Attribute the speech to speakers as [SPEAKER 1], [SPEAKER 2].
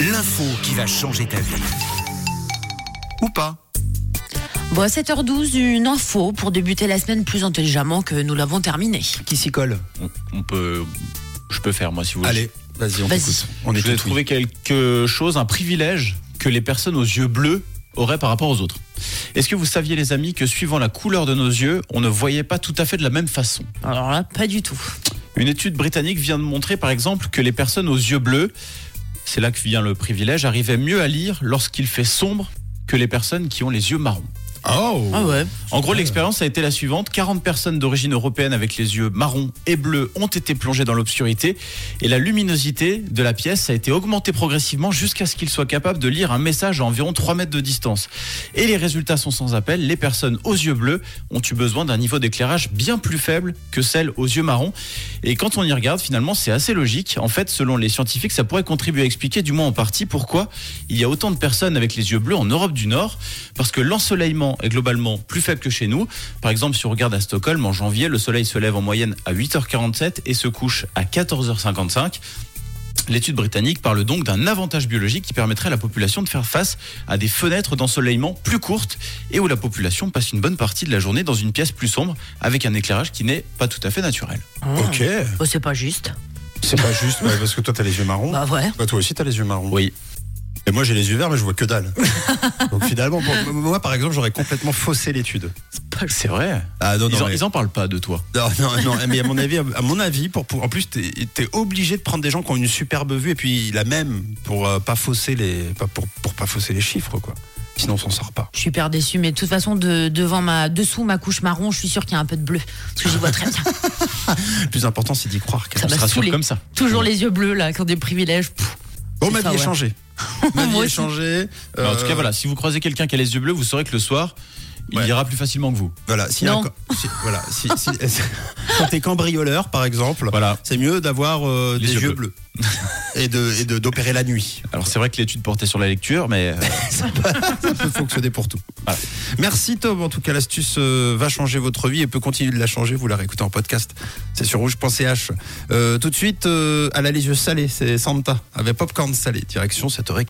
[SPEAKER 1] l'info qui va changer ta vie. Ou pas.
[SPEAKER 2] Bon, à 7h12, une info pour débuter la semaine plus intelligemment que nous l'avons terminée.
[SPEAKER 3] Qui s'y colle
[SPEAKER 4] On, on peut. Je peux faire, moi, si vous voulez.
[SPEAKER 3] Allez, vas-y, on
[SPEAKER 2] Vas-y.
[SPEAKER 3] t'écoute. On
[SPEAKER 4] je
[SPEAKER 3] est
[SPEAKER 4] vais
[SPEAKER 3] tout oui.
[SPEAKER 4] trouver quelque chose, un privilège que les personnes aux yeux bleus auraient par rapport aux autres. Est-ce que vous saviez, les amis, que suivant la couleur de nos yeux, on ne voyait pas tout à fait de la même façon
[SPEAKER 2] Alors là, pas du tout.
[SPEAKER 4] Une étude britannique vient de montrer, par exemple, que les personnes aux yeux bleus, c'est là que vient le privilège, arrivaient mieux à lire lorsqu'il fait sombre que les personnes qui ont les yeux marrons.
[SPEAKER 3] Oh
[SPEAKER 2] Ah ouais
[SPEAKER 4] En gros, l'expérience a été la suivante. 40 personnes d'origine européenne avec les yeux marrons et bleus ont été plongées dans l'obscurité et la luminosité de la pièce a été augmentée progressivement jusqu'à ce qu'ils soient capables de lire un message à environ 3 mètres de distance. Et les résultats sont sans appel. Les personnes aux yeux bleus ont eu besoin d'un niveau d'éclairage bien plus faible que celles aux yeux marrons. Et quand on y regarde, finalement, c'est assez logique. En fait, selon les scientifiques, ça pourrait contribuer à expliquer, du moins en partie, pourquoi il y a autant de personnes avec les yeux bleus en Europe du Nord. Parce que l'ensoleillement est globalement plus faible que chez nous. Par exemple, si on regarde à Stockholm, en janvier, le soleil se lève en moyenne à 8h47 et se couche à 14h55. L'étude britannique parle donc d'un avantage biologique qui permettrait à la population de faire face à des fenêtres d'ensoleillement plus courtes et où la population passe une bonne partie de la journée dans une pièce plus sombre avec un éclairage qui n'est pas tout à fait naturel.
[SPEAKER 2] Ah.
[SPEAKER 3] Ok.
[SPEAKER 2] Bah, c'est pas juste.
[SPEAKER 3] C'est pas juste, ouais, parce que toi, t'as les yeux marrons.
[SPEAKER 2] Bah ouais.
[SPEAKER 3] Bah, toi aussi, t'as les yeux marrons.
[SPEAKER 4] Oui.
[SPEAKER 3] Et moi, j'ai les yeux verts, mais je vois que dalle. Donc finalement, pour- moi, par exemple, j'aurais complètement faussé l'étude.
[SPEAKER 4] C'est vrai.
[SPEAKER 3] Ah non,
[SPEAKER 4] Ils en,
[SPEAKER 3] mais-
[SPEAKER 4] ils en parlent pas de toi.
[SPEAKER 3] Non, non, non, mais à mon avis, à mon avis pour, pour- en plus, t'es es obligé de prendre des gens qui ont une superbe vue et puis la même pour euh, pas fausser les, pas- pour, pour pas fausser les chiffres, quoi. Sinon, on s'en sort pas.
[SPEAKER 2] Je suis hyper déçue, mais de toute façon, de, devant ma, dessous ma couche marron, je suis sûre qu'il y a un peu de bleu. Parce que j'y vois très bien.
[SPEAKER 3] Le plus important, c'est d'y croire.
[SPEAKER 2] Ça
[SPEAKER 3] Car...
[SPEAKER 4] On
[SPEAKER 2] m'a
[SPEAKER 4] se rassure
[SPEAKER 2] saoulé.
[SPEAKER 4] comme ça.
[SPEAKER 2] Toujours les yeux bleus, là, qui ont des privilèges. Pff,
[SPEAKER 3] Bon, Oh,
[SPEAKER 2] c'est
[SPEAKER 3] ma
[SPEAKER 2] ça,
[SPEAKER 3] vie est
[SPEAKER 2] ouais.
[SPEAKER 3] changée. Ma vie
[SPEAKER 2] Moi
[SPEAKER 3] est
[SPEAKER 2] aussi.
[SPEAKER 3] changée.
[SPEAKER 4] Alors, Bah, en
[SPEAKER 3] Euh,
[SPEAKER 4] tout cas, voilà, si vous croisez quelqu'un qui a les yeux bleus, vous saurez que le soir, il
[SPEAKER 3] Ouais.
[SPEAKER 4] ira plus facilement que vous.
[SPEAKER 3] Voilà, si,
[SPEAKER 2] Non.
[SPEAKER 3] si- voilà, si, si- quand t'es cambrioleur, par exemple,
[SPEAKER 4] Voilà.
[SPEAKER 3] c'est mieux d'avoir euh,
[SPEAKER 4] Les
[SPEAKER 3] des
[SPEAKER 4] yeux
[SPEAKER 3] yeux bleus, et de et de- d'opérer la nuit.
[SPEAKER 4] Alors, c'est vrai que l'étude portait sur la lecture, mais. euh,
[SPEAKER 3] Ça peut fonctionner pour tout.
[SPEAKER 4] Voilà.
[SPEAKER 3] Merci Tom. En tout cas, l'astuce euh, va changer votre vie et peut continuer de la changer. Vous la réécoutez en podcast. C'est sur rouge.ch. Euh, tout de suite, euh, elle a les yeux salés. C'est Santa avec popcorn salé. Direction cette